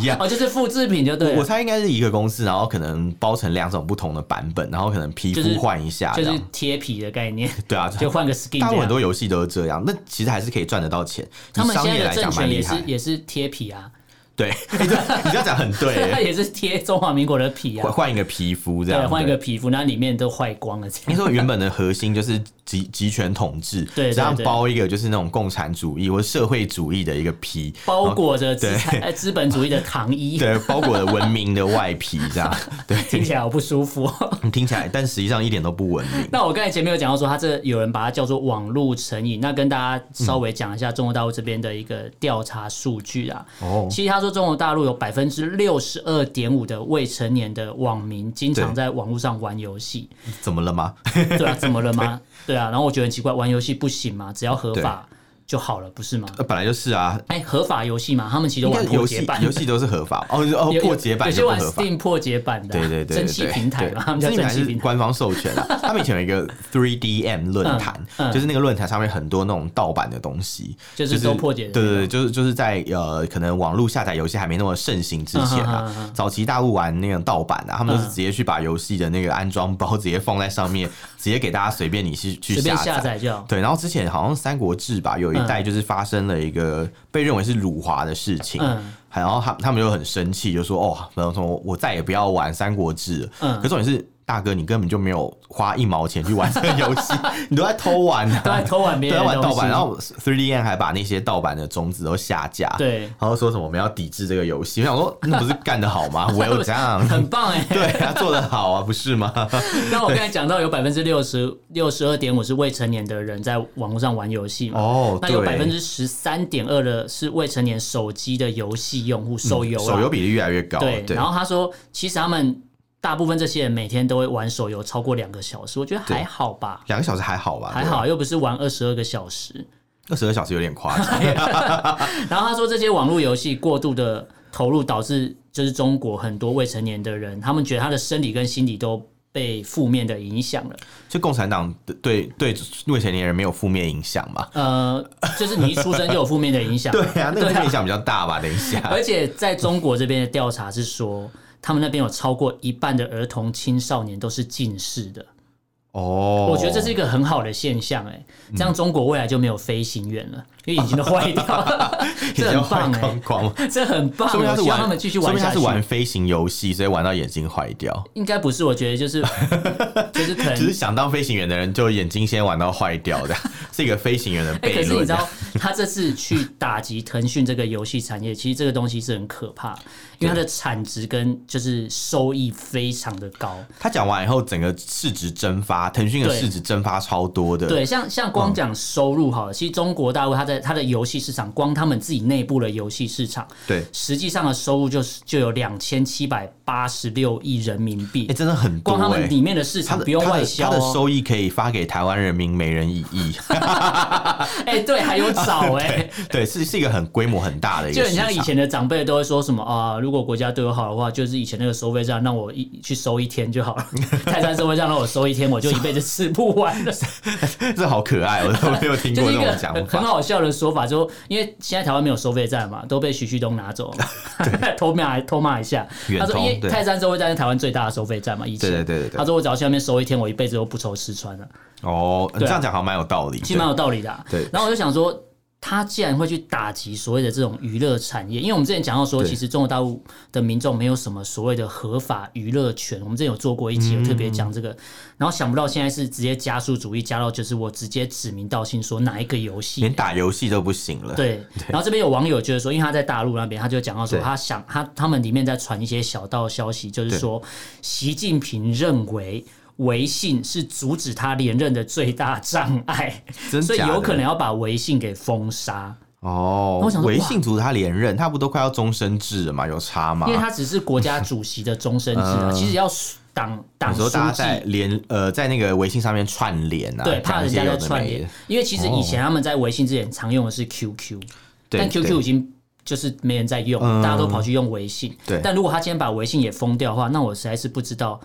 A: 一样。
B: 哦，就是复制品就 [laughs] 对
A: 我
B: 了，
A: 猜应该是一个公司，然后可能包成两种不同的版本，然后可能皮
B: 就是
A: 肤换一下，这
B: 就
A: 样。
B: 是贴皮的概念，
A: 对啊，
B: 就换个 skin
A: 大陆
B: 这
A: 很
B: 样。
A: 多游戏都是这样，那其实还是可以赚得到钱。以
B: 他们
A: 商
B: 现
A: 业
B: 在
A: 来
B: 的政
A: 讲蛮
B: 权也
A: 厉
B: 是
A: 害，
B: 也是贴皮啊，
A: 对， [laughs] 你这你这样讲很对
B: 它 [laughs]
A: 欸，
B: 也是贴中华民国的皮
A: 换
B: 啊，
A: 换一个皮肤这
B: 对，
A: 样，
B: 换一
A: 对。
B: 个
A: 哦
B: 皮肤，那里面都坏光了这
A: [laughs]
B: 样。
A: 听说原本的核心就是集集权统治，
B: 对
A: 这样
B: 对
A: 包一个就是那种共产主义或者社会主义的一个皮，
B: [laughs] 包裹着资
A: 对
B: 产呃资本主义的糖衣，
A: [laughs] 对，包裹了文明的外皮，这样，对，
B: 听起来好不舒服。
A: 听起来，但实际上一点都不文明。
B: 那我刚才前面有讲到说，他这有人把它叫做网络成瘾，那跟大家稍微讲一下中国大陆这边的一个调查数据啊。
A: 哦，
B: 其实他说，中国大陆有百分之六十二点五的未成年的网民经常
A: 对
B: 在网络上玩
A: [laughs]
B: 游戏，
A: 怎么了吗？
B: 对啊，怎么了吗？对啊，然后我觉得很奇怪，玩游戏不行吗？只要合法，就好了，不是吗？
A: 呃本来就是啊，
B: 哎、合法游戏嘛，他们其实都玩
A: 应该
B: 破
A: 游
B: 解
A: 戏
B: 版，
A: 游戏都是合法哦哦，
B: 有
A: 破解版
B: 有些
A: 就不
B: 玩
A: 合法。
B: Steam 破解版的啊、
A: 对对对对，
B: 蒸汽平台嘛，他们叫
A: 蒸汽
B: 蒸
A: 平
B: 汽
A: 台
B: 平
A: 是
B: 台。
A: 官方授权
B: [laughs]
A: 啊。他们以前有一个 3DM 论坛
B: 嗯嗯，
A: 就是那个论坛上面很多那种盗版的东西，
B: 就是都破解的
A: 对对对，就是就是在呃，可能网络下载游戏还没那么盛行之前
B: 嗯嗯嗯
A: 啊，早期大陆玩那种盗版啊，他们都是
B: 嗯
A: 直接去把游戏的那个安装包直接放在上面，直接给大家随便你去去
B: 随便下
A: 载。
B: 载就好。
A: 对，然后之前好像《三国志》吧，有一
B: 嗯
A: 代就是发生了一个被认为是辱华的事情，
B: 嗯
A: 然后他他们就很生气，就说：“哦，然后说我再也不要玩《三国志》了。
B: 嗯
A: 可重点是，大哥，你根本就没有花一毛钱去玩这个游戏， [laughs] 你都在偷玩、啊，
B: 都在偷玩别
A: [laughs] 都
B: 人
A: 在玩
B: 的东
A: 盗
B: 西。
A: 版，然后 3DN 还把那些盗版的种子都下架，，
B: 对，，
A: 然后说什么我们要抵制这个游戏，我想说那不是干得好吗？我有这样
B: [laughs] 很棒
A: [laughs]
B: 哎、
A: 对啊，做得好啊，不是吗？
B: [laughs] 那我刚才讲到有百分之六十六十二点五是未成年的人在网络上玩游戏嘛？
A: 哦，
B: 那有
A: 对
B: 百分之十三点二的是未成年手机的游戏用户，手游、
A: 嗯
B: 啊
A: 手游比例越来越高，
B: 对
A: 对，。
B: 然后他说，其实他们大部分这些人每天都会玩手游超过两个小时，我觉得还好吧，
A: 两个小时还好吧？
B: 还好，又不是玩二十二个小时。
A: 二十二小时有点夸张。
B: 然后他说，这些网络游戏过度的投入，导致就是中国很多未成年的人，他们觉得他的生理跟心理都被负面的影响了。
A: [laughs] 就共产党对对未成年人没有负面影响嘛？
B: 呃，就是你一出生就有负面的影响，
A: 对啊，那个
B: 对啊
A: 负面影响比较大吧？等一下，
B: 而且在中国这边的调查是说，他们那边有超过一半的儿童青少年都是近视的。
A: 哦，
B: 我觉得这是一个很好的现象、哎，这样中国未来就没有飞行员了，因为眼睛都坏掉
A: [laughs]
B: 了，这很棒哎、
A: 光光嘛。
B: 这很棒、
A: 说明他
B: 我
A: 是
B: 希望
A: 玩，
B: 他们继续
A: 说
B: 玩
A: 明他
B: 下
A: 是
B: 去。啊
A: 玩飞行游戏，所以玩到眼睛坏掉。
B: 应该不是，我觉得就是
A: [laughs]
B: 就是可能
A: 只是想当飞行员的人，就眼睛先玩到坏掉
B: [laughs]
A: 的，是一个飞行员的
B: 哎、可
A: 悖
B: 是你
A: 论啊
B: 知。道，他这次去打击腾讯这个游戏产业，其实这个东西是很可怕，因为它的产值跟就是收益非常的高。
A: 他讲完以后，整个市值蒸发，腾讯的
B: 对
A: 市值蒸发超多的。
B: 对，像像光讲收入好了，其实中国大陆它在它的游戏市场，光他们自己内部的游戏市场，
A: 对，
B: 实际上的收入就是就有两千七百八十六亿人民币
A: 哎，。真的很多
B: 光他
A: 哎
B: 们。里面的市
A: 他
B: 场
A: 的
B: 不用
A: 他的
B: 外销
A: 他的
B: 哦，
A: 收益可以发给台湾人民每人一亿。
B: 哎，对，还有找哎、
A: [laughs] 对，是是一个很规模很大的一
B: 就
A: 个
B: 很
A: 市
B: 像以
A: 场。
B: 前的长辈都会说什么啊，如果国家对我好的话，就是以前那个收费站让我一去收一天就好
A: [laughs]
B: 了，泰山收费站让我收一天，我就一辈子吃不
A: [laughs]
B: 完了，
A: 这好可爱，我都没有听
B: 就
A: 过
B: 是
A: 这种
B: 一个
A: 讲
B: 很很
A: 法。
B: 好笑的说法，就因为现在台湾没有收费站嘛，都被徐旭东
A: [laughs]
B: 拿走了， [laughs] 偷骂偷骂一下，
A: 远
B: 他说因为
A: 通对
B: 泰山收费站是台湾最大的收费站嘛，以前
A: 对对对对对
B: 他说我只要去那边收一天，我一辈子都不愁吃穿了，
A: 哦，你
B: 对啊
A: 这样讲好像蛮有道理。
B: 其实蛮有道理的啊、
A: 对
B: 然后我就想说，他既然会去打击所谓的这种娱乐产业，因为我们之前讲到说，
A: 对
B: 其实中国大陆的民众没有什么所谓的合法娱乐权，我们之前有做过一集有特
A: 嗯
B: 别讲这个，然后想不到现在是直接加速主义加到就是我直接指名道姓说哪一个游戏
A: 连打游戏都不行了。
B: 对，
A: [laughs]
B: 然后这边有网友觉得说，因为他在大陆那边，他就讲到说，
A: 对
B: 他想他他们里面在传一些小道消息，就是说，习近平认为微信是阻止他连任的最大障碍，
A: 真
B: 所以
A: 假的
B: 有可能要把微信给封杀，
A: 哦
B: 我想，说
A: 微信组他连任，他不都快要终身制了吗？有差吗
B: 因？为他只是国家主席的终身制啊，
A: 啊嗯
B: 其实要书党党
A: 你
B: 书
A: 说大家在
B: 记。
A: 连呃，在那个微信上面串联啊，
B: 对，
A: 讲
B: 怕
A: 一
B: 人
A: 些
B: 家
A: 有
B: 要
A: 的
B: 串
A: 没
B: 联
A: 的，
B: 因为其实以前他们在微信之前常用的是 QQ，
A: 对
B: 但 QQ
A: 对
B: 已经就是没人在用，
A: 嗯
B: 大家都跑去用微信。
A: 对
B: 但如果他今天把微信也封掉的话，那我实在是不知道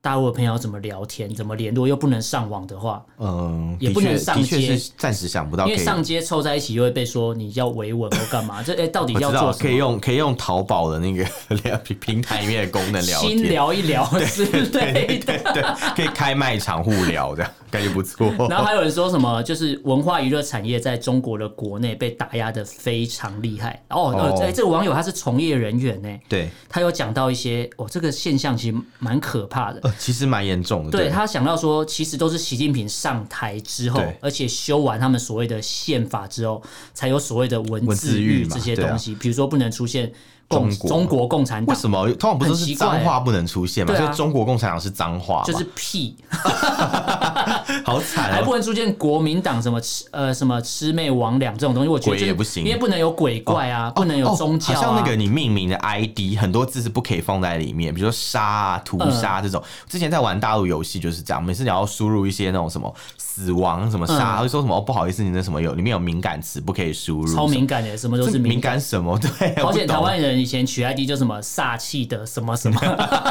B: 大陆的朋友怎么聊天、怎么联络，又不能上网的话，
A: 嗯，
B: 也
A: 的
B: 不能
A: 确
B: 上
A: 的确
B: 街
A: 是暂时想不到
B: 因
A: 可以。
B: 为上街凑在一起又会被说你要维稳或干嘛，这哎、到底
A: 我
B: 要
A: 知道
B: 做
A: 可
B: 什
A: 以
B: 么？
A: 用可以用淘宝的那个 [laughs] 聊平平台里面的功能聊
B: 心
A: 天，
B: 聊一
A: [laughs]
B: 聊之类的。
A: 对，可以开卖场互聊的，感觉不错。
B: [laughs] 然后还有人说什么，就是文化娱乐产业在中国的国内被打压的非常厉害。哦，呃
A: 哦
B: 哎这个网友他是从业人员呢、
A: 对，
B: 他有讲到一些哦，这个现象其实蛮可怕的。
A: 呃，其实蛮严重的。
B: 对他想到说，其实都是习近平上台之后
A: 对，
B: 而且修完他们所谓的宪法之后，才有所谓的文
A: 文
B: 字
A: 字
B: 狱
A: 狱嘛啊
B: 这些东西，比如说不能出现共
A: 中国
B: 中国共产
A: 为
B: 党，
A: 什么通常不都
B: 很
A: 是
B: 奇怪
A: 脏话不能出现嘛？
B: 对啊
A: 所以中国共产党是脏话嘛，
B: 就是啊屁，
A: 好惨
B: 还
A: 哦
B: 不。能出现国民党什么痴呃什么魑魅魍魉这种东西，我觉得
A: 鬼
B: 就是
A: 也不行
B: 因为不能有鬼怪啊，不能有宗教啊。
A: 哦好像那个你命名的 ID 很多字是不可以放在里面，比如说杀啊、屠
B: 嗯
A: 杀这种。之前在玩大陆游戏就是这样，每次你要输入一些那种什么死亡、什么杀，
B: 嗯
A: 会说什么、哦、不好意思，你那什么有里面有敏感词不可以输入，
B: 超敏感的，什么都
A: 这
B: 是
A: 敏
B: 敏。
A: 感什么？对，
B: 好
A: 我不
B: 险，
A: 懂
B: 台湾人以前取 ID 就什么煞气的什么
A: [laughs]
B: 什么，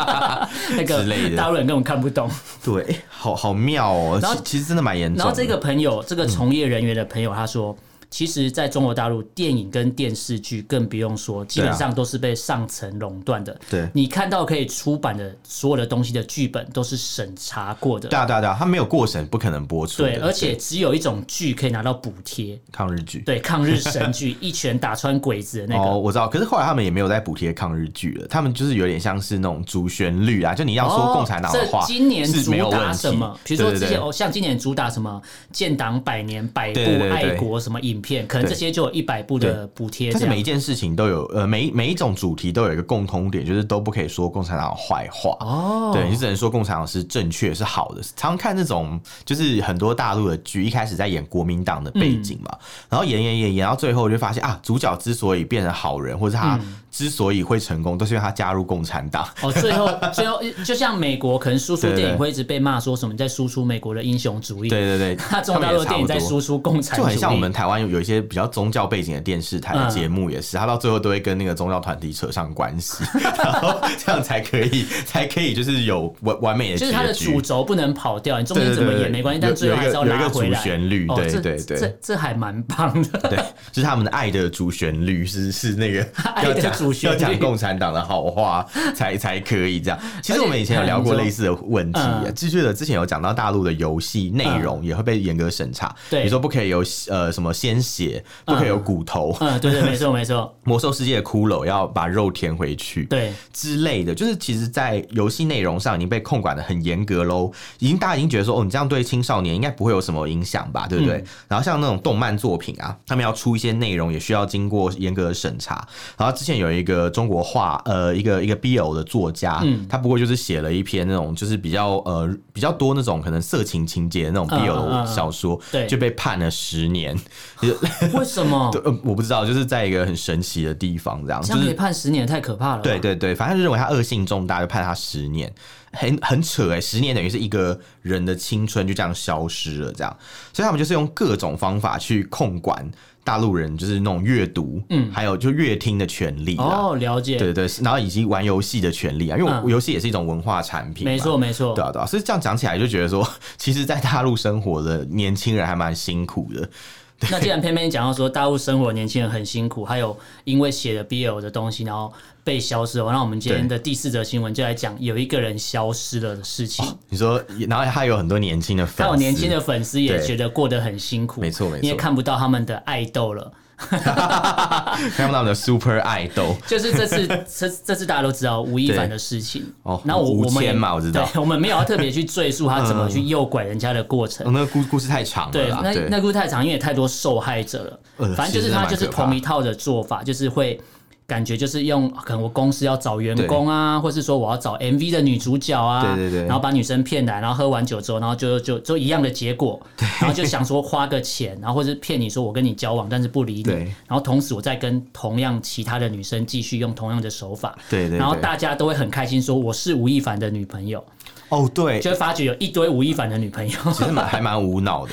B: 那
A: 之类
B: 个
A: 的
B: 大陆人根本看不懂。
A: 对，好好妙哦。
B: 然后
A: 其其实真的蛮严重的。
B: 然后这个朋
A: 嗯
B: 友，这个从业人员的朋友，他说，其实在中国大陆，电影跟电视剧更不用说，基本上都是被上层垄断的。
A: 啊对
B: 你看到可以出版的所有的东西的剧本，都是审查过的。
A: 对啊对啊对啊，他没有过审，不可能播出的。
B: 对，而且只有一种剧可以拿到补贴，
A: 抗日剧。
B: 对，抗日神剧一拳打穿鬼子的那个。
A: 哦，我知道，可是后来他们也没有在补贴抗日剧了，他们就是有点像是那种主旋律啊，就你要说共产党的话，
B: 哦这今年
A: 是
B: 主
A: 没有问
B: 打
A: 题
B: 什么？比如说
A: 对
B: 之
A: 对
B: 前
A: 对
B: 哦，像今年主打什么建党百年、百部
A: 对对对对
B: 爱国什么影片，可能这些就有一百部的补贴
A: 但
B: 这
A: 是每
B: 样
A: 一。件事情都有，呃，每一每一种主题都有一个共通点，就是都不可以说共产党坏话。
B: 哦
A: 对，你只能说共产党是正确是好的。常看那种就是很多大陆的剧，一开始在演国民党的背景
B: 嗯
A: 嘛，然后演演演演到最后就发现啊，主角之所以变成好人，或者他
B: 嗯
A: 之所以会成功，都是因为他加入共产党。
B: 哦，最后最后 [laughs] 就像美国，可能输出
A: 对对
B: 电影
A: 对
B: 会一直被骂说什么你在输出美国的英雄主义，
A: 对对对，
B: 那中国大陆的
A: 他
B: 电
A: 们
B: 影
A: 也差不
B: 在
A: 多
B: 输出共产
A: 就
B: 主义，
A: 很像我们台湾有有一些比较宗教背景的电视台
B: 嗯
A: 的节目，也是，他到最后都会跟那个宗教团体扯上关系， [laughs] 然后这样才可以，才可以就是有完完美的结
B: 就是它的
A: 局
B: 主。轴不能跑掉，你中间
A: 对对
B: 怎么
A: 对
B: 演没关系，
A: 有
B: 但最后还是
A: 有
B: 要
A: 一个有
B: 拉
A: 一个
B: 回来。
A: 主旋律
B: 哦
A: 对
B: 这
A: 对对
B: 这这还蛮棒的。 [laughs]
A: 对，就是他们的爱的主旋律是是那个
B: 爱
A: 要
B: 的
A: 讲
B: 主旋律
A: 要讲共产党的好话才才可以这样。其实我们以前有聊过类似的问题
B: 嗯你说，嗯
A: 就觉得之前有讲到大陆的游戏内容也会被严格审查，
B: 对
A: 比如说不可以有呃什么鲜血，不可以有骨头，
B: 嗯，对对，没错没错，
A: 魔兽世界的骷髅要把肉填回去，
B: 对。
A: 之类的，就是其实，在游戏内容上已经被控管的很严格喽，已经大家已经觉得说，哦，你这样对青少年应该不会有什么影响吧，对不
B: 嗯
A: 对？然后像那种动漫作品啊，他们要出一些内容，也需要经过严格的审查。然后之前有一个中国画，呃，一个一个 BL 的作家，
B: 嗯
A: 他不过就是写了一篇那种就是比较呃比较多那种可能色情情节的那种
B: 嗯
A: BL
B: 嗯嗯
A: 的小说，
B: 对哦
A: 就被判了十年。
B: 为什么？
A: [laughs] 对，呃，我不知道，就是在一个很神奇的地方，这样就
B: 这样可以
A: 是。
B: 判十年，太可怕了。
A: 对，对对，反正就认为他恶性重大，就判他十年，很很扯哎、欸，十年等于是一个人的青春就这样消失了，这样，所以他们就是用各种方法去控管大陆人，就是那种阅读，嗯，还有就阅听的权利啊，
B: 哦，了解，
A: 对对对，然后以及玩游戏的权利啊，因为
B: 嗯
A: 游戏也是一种文化产品，
B: 没。错没错
A: 对。啊，对啊，所以这样讲起来就觉得说，其实，在大陆生活的年轻人还蛮辛苦的。
B: 那既然偏偏讲到说大陆生活的年轻人很辛苦，还有因为写了 BL 的东西，然后被消失了，那我们今天的第四则新闻就来讲有一个人消失了的事情。
A: 你说，然后他有很多年轻的粉丝，
B: 还有年轻的粉丝也
A: 对
B: 觉得过得很辛苦，
A: 没错没错
B: 你也看不到他们的爱豆了。
A: 看到他们的 super idol，
B: 就是
A: [laughs]
B: 这次这这次大家都知道吴亦凡的事情
A: 哦
B: 然后我
A: 吴
B: 我们也
A: 谦嘛我知道嗯
B: 对，我们没有要特别去赘述他怎么去诱拐人家的过程
A: 哦、。那个故故事太长了
B: 对，
A: 啦。
B: 那那故事太长，因为也太多受害者了。
A: 呃
B: 反正就
A: 其
B: 是
A: 实
B: 他
A: 蛮
B: 就是
A: 可怕
B: 同一套的做法，就是会感觉就是用可能我公司要找员工啊，或是说我要找 MV 的女主角啊，
A: 对对对
B: 然后把女生骗来，然后喝完酒之后，然后就就就一样的结果，然后就想说花个钱，然后或是骗你说我跟你交往，但是不理你
A: 对，
B: 然后同时我再跟同样其他的女生继续用同样的手法，
A: 对对对
B: 然后大家都会很开心说我是吴亦凡的女朋友，
A: 哦，对，
B: 就会发觉有一堆吴亦凡的女朋友。
A: 其实蛮还蛮无脑
B: [laughs]
A: 的，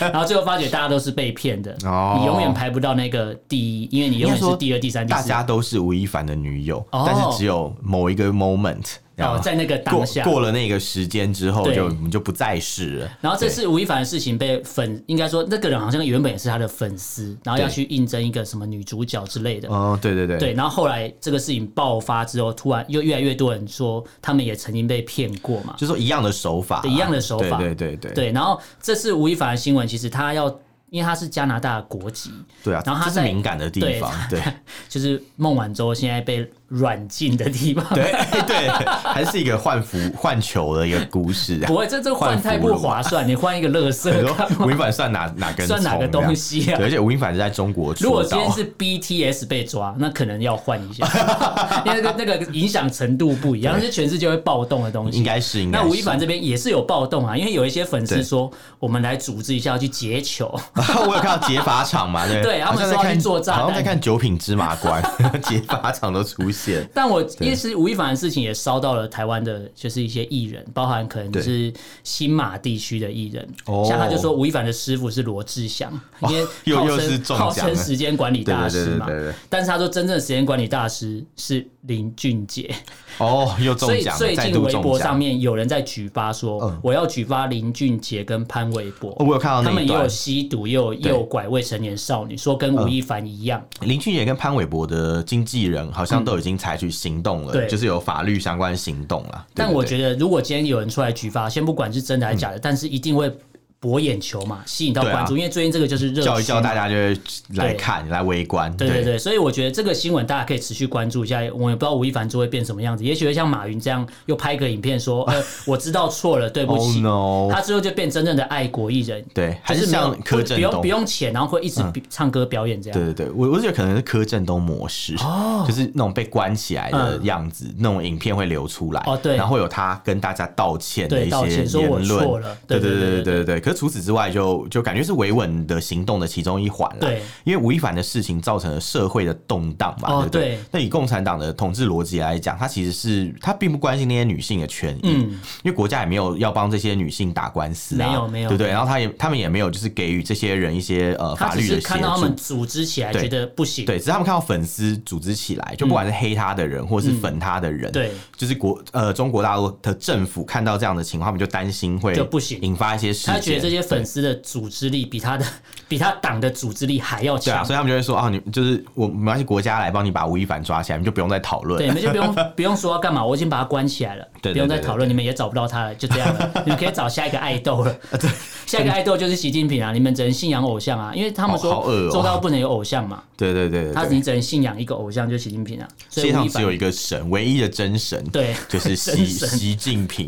B: 然后最后发觉大家都是被骗的，
A: 哦
B: 你永远排不到那个第一，因为你永远
A: 应该
B: 是
A: 说
B: 第二、第三、第
A: 大
B: 四。
A: 家都是吴亦凡的女友，
B: 哦
A: 但是只有某一个 moment，然后
B: 哦，在那个
A: 过
B: 当下，
A: 啊过了那个时间之后
B: 对
A: 就，我们就不再是了。
B: 然后这次吴亦凡的事情被粉，应该说那个人好像原本也是他的粉丝，然后要
A: 对
B: 去应征一个什么女主角之类的
A: 对，。哦，对对对，
B: 对，然后后来这个事情爆发之后，突然又越来越多人说他们也曾经被骗过嘛。
A: 就说一样的手法啦，
B: 对一样的手法
A: 对对对对
B: 对，然后这次吴亦凡的新闻，其实他要，因为他是加拿大的国籍， [laughs]
A: 对啊，
B: 然后他
A: 这是
B: 在
A: 敏感的地方，对，
B: 就是孟晚舟现在被软禁的地方。
A: 对 [laughs] 对，还是一个换服换球的一个故事。啊
B: 不会，这这换太不划算，你换一个乐色
A: [laughs] 你，
B: [laughs]
A: 说吴亦凡算哪哪根葱
B: 算
A: 这样？
B: 哪个东西啊
A: 对而且吴亦凡是在中国出
B: 如
A: 道，啊
B: 果今天是 BTS 被抓，那可能要换一下， [laughs] 因为那个那个影响程度不一样，那是全世界会暴动的东西。
A: 应该是应该
B: 那
A: 是。
B: 吴亦凡这边也是有暴动啊，因为有一些粉丝说，我们来组织一下要去劫囚，
A: [laughs] 我有看到劫法场嘛，对
B: 对他
A: 好
B: 们
A: 像在
B: 说要
A: 看
B: 去做炸弹
A: 好像在看《九品芝麻官》， [laughs] 劫法场都出现。
B: 但我因为是吴亦凡的事情也烧到了台湾的，就是一些艺人，包含可能就是新马地区的艺人
A: 哦，
B: 像他就说吴亦凡的师傅是罗志祥，因为
A: [laughs] 又
B: 号
A: 又是
B: 称
A: 中
B: 号
A: 奖
B: 称
A: 了
B: 时间管理
A: 对
B: 大
A: 对对
B: 师
A: 对
B: 嘛
A: 对，对，
B: 但是他说真正的时间管理大师是林俊杰，
A: 哦，又中
B: 所以
A: 奖了，
B: 最
A: 再
B: 近
A: 度
B: 微
A: 中
B: 博
A: 奖
B: 上。面有人在举发说
A: 嗯，
B: 我要举发林俊杰跟潘玮柏
A: 哦，。我有看到
B: 他
A: 那
B: 们
A: 一
B: 也
A: 段
B: 有，吸毒，也有也有拐未成年少女，说
A: 嗯
B: 跟吴亦凡一样，
A: 林俊杰跟潘玮柏的经纪人好像都已经采取行动了，
B: 嗯对
A: 就是有法律相关行动了。对嗯
B: 但我觉
A: 得
B: 得，如果今天有人出来举发，先不管是真的还是假的，但是一定会博眼球嘛，吸引到关注。因为最近这个就是热
A: 啊叫一
B: 区
A: 叫
B: 嘛
A: 大家就会来看来围观，
B: 对对对，所以我觉得这个新闻大家可以持续关注一下。我也不知道吴亦凡就会变什么样子，也许会像马云这样又拍个影片说：“
A: [laughs]
B: 呃，我知道错了，对不
A: ，Oh
B: 起。”
A: no，
B: 他最后就变真正的爱国艺人，
A: 对，还
B: 就是没有
A: 像柯震
B: 不用
A: 东嗯
B: 不，用钱，然后会一直比唱歌表演这样。
A: 对对对，我我觉得可能是柯震东模式，
B: 哦
A: [laughs] 就是那种被关起来的样子，那种影片会流出来，
B: 嗯哦对
A: 然后会有他跟大家道歉的
B: 对
A: 一
B: 道
A: 些
B: 歉说
A: 言
B: 我
A: 论，
B: 错了
A: 对
B: 对
A: 对
B: 对
A: 对
B: 对
A: 对对对。可是除此之外就，就感觉是维稳的行动的其中一环了，
B: 对，
A: 因为吴亦凡的事情造成了社会的动荡嘛，
B: 哦
A: 对不对
B: 对？
A: 那以共产党的统治逻辑来讲，他其实是他并不关心那些女性的权益，
B: 嗯
A: 因为国家也没有要帮这些女性打官司啊，
B: 没有没有
A: 对不对？然后他也他们也没有就是给予这些人一些呃
B: 他
A: 法
B: 只
A: 律的
B: 是
A: 协
B: 看到他
A: 助
B: 们。组织起来，
A: 对
B: 觉得不行。
A: 对，只是他们看到粉丝组织起来，就不管是黑他的人，或是粉他的人，
B: 嗯对，
A: 就是国呃中国大陆的政府看到这样的情况，他们就担心会
B: 就不行
A: 引发一些事件，
B: 他觉得这些粉
A: 对。
B: 丝的组织力比他的比他党的组织力还要
A: 对啊，
B: 强。
A: 所以他们就会说啊，你就是我，没关系，国家来帮你把吴亦凡抓起来，你就不用再讨论
B: 对，
A: 了。
B: 你们就不
A: [laughs]
B: 用不用说要干嘛，我已经把他关起来了，
A: 对对对
B: 不用再讨论，你们也找不到他了，就这样
A: [laughs]
B: 了。你们可以找下一个爱豆了。
A: 啊
B: 对，下一个爱豆就是习近平啊，你们只能信仰偶像啊，因为他们
A: 好
B: 说
A: 好恶哦
B: 周到不能有偶像嘛，
A: 对对对对
B: 他
A: 对
B: 你只能信仰一个偶像，就是习近平啊。
A: 世
B: 所以
A: 界
B: 吴
A: 上
B: 亦
A: 只
B: 凡
A: 有一个神，唯一的真神，
B: 对
A: 就是
B: [laughs] 真
A: 习
B: 神
A: 习近
B: [laughs]
A: 平。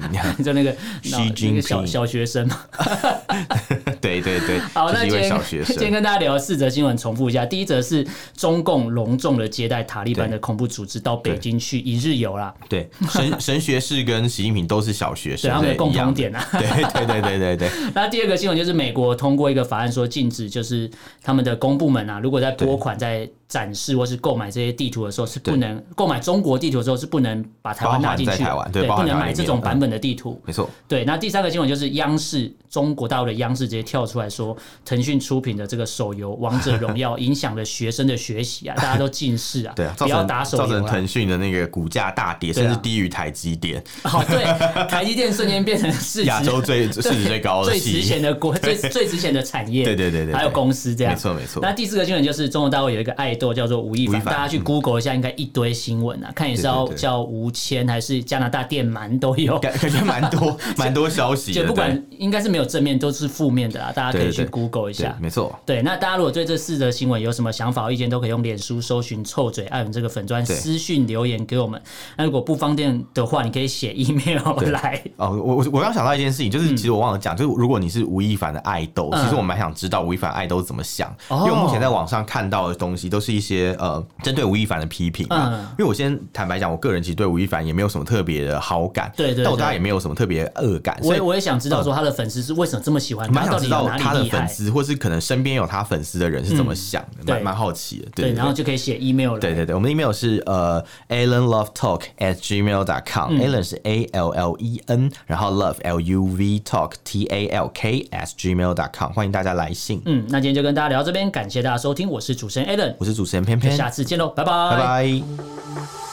B: 就那个
A: 习
B: 那
A: 近平
B: 那个小小学生嘛。
A: 对对对，
B: [laughs] 好，
A: 就
B: 那
A: 是一位
B: 今天
A: 小学
B: [laughs] 今天
A: 生。
B: 跟大家聊四则新闻，重复一下。第一则是中共隆重的接待塔利班的恐怖组织到北京去一日游啦， [laughs]
A: 对，神神学士跟习近平都是小学
B: 对
A: 生，
B: 他们的
A: 对
B: 共
A: 一样
B: 同
A: 的
B: 点啊。
A: 对对对对对
B: [laughs]
A: 对，
B: 那第二个新闻就是美国通过一个法案，说禁止就是他们的公部门啊，如果在拨款、在展示或是购买这些地图的时候，是不能购买中国地图的时候是不能把台湾纳进
A: 包含
B: 去
A: 在台
B: 的，
A: 湾对包
B: 不
A: 含
B: 能
A: 在
B: 买这种
A: 里面嗯
B: 版本的地图。
A: 没错。
B: 对，那第三个新闻就是央视中国大陆的央视直接跳出来说，腾讯出品的这个手游《王者荣
A: [laughs]
B: 耀》影响了学生的学习啊，大家都近视啊，
A: 对啊，
B: 不
A: 造
B: 要
A: 成
B: 打手
A: 造
B: 游
A: 成
B: 啊。
A: 腾讯的那个股价大跌，
B: 对啊
A: 甚至低于台积电，
B: [laughs] 好，对，台积电瞬间变成市值
A: 亚洲最
B: [laughs]
A: 市值最高的
B: 最值
A: 企
B: 钱
A: 业。
B: 的国最最值钱的产
A: [laughs]
B: 业，
A: 对对对对对
B: 还有公司这样，
A: 没错没错
B: 那第四个新闻就是中国大陆有一个爱豆叫做吴亦
A: 吴
B: 凡，
A: 亦凡嗯
B: 大家去 Google 一下，应该一堆新闻啊，看你是要
A: 对对对
B: 叫吴谦还是加拿大电鳗都有。
A: 感感觉蛮
B: [laughs]
A: 多蛮多消息的，
B: 就不
A: 对
B: 管应该是没有正面，都是负面的啦，大家可以
A: 对对
B: 去
A: 对
B: Google 一
A: 对
B: 下，。
A: 没错，
B: 对，那大家如果对这四则新闻有什么想法或意见，都可以用脸书搜寻“臭嘴艾文”这个粉砖
A: 对
B: 私讯留言给我们。那如果不方便的话，你可以写 email
A: 对
B: 来。
A: 哦，我我我刚想到一件事情，就是其实我忘了讲，就是如果你是吴亦凡的爱豆，
B: 嗯
A: 其实我蛮想知道吴亦凡爱豆怎么想，
B: 哦
A: 因为我目前在网上看到的东西都是一些呃针对吴亦凡的批评嘛。
B: 嗯
A: 因为我先坦白讲，我个人其实对吴亦凡也没有什么特别的好感，
B: 对对对
A: 但我对他也没有什么特别恶感，
B: 我
A: 所以嗯
B: 也我也想知道说他的粉丝是为什么这么喜欢
A: 蛮想
B: 他，到
A: 知
B: 底
A: 道
B: 有
A: 他
B: 哪里
A: 的
B: 厉害嗯
A: 粉？丝，或是可能身边有他粉丝的人是怎么想的，
B: 对
A: 蛮蛮好奇的。
B: 对，
A: 对，
B: 然后。就可以写 email 了。
A: 对对对，我们的 email 是呃 alan love talk at gmail dot
B: 嗯
A: com、alan 是 a l l e n，然后 love l u v talk t a l k at gmail dot com，欢迎大家来信。
B: 嗯，那今天就跟大家聊到这边，感谢大家收听，我是主持人 Alan，
A: 我是主持人偏偏，
B: 下次见喽，拜拜
A: 拜拜。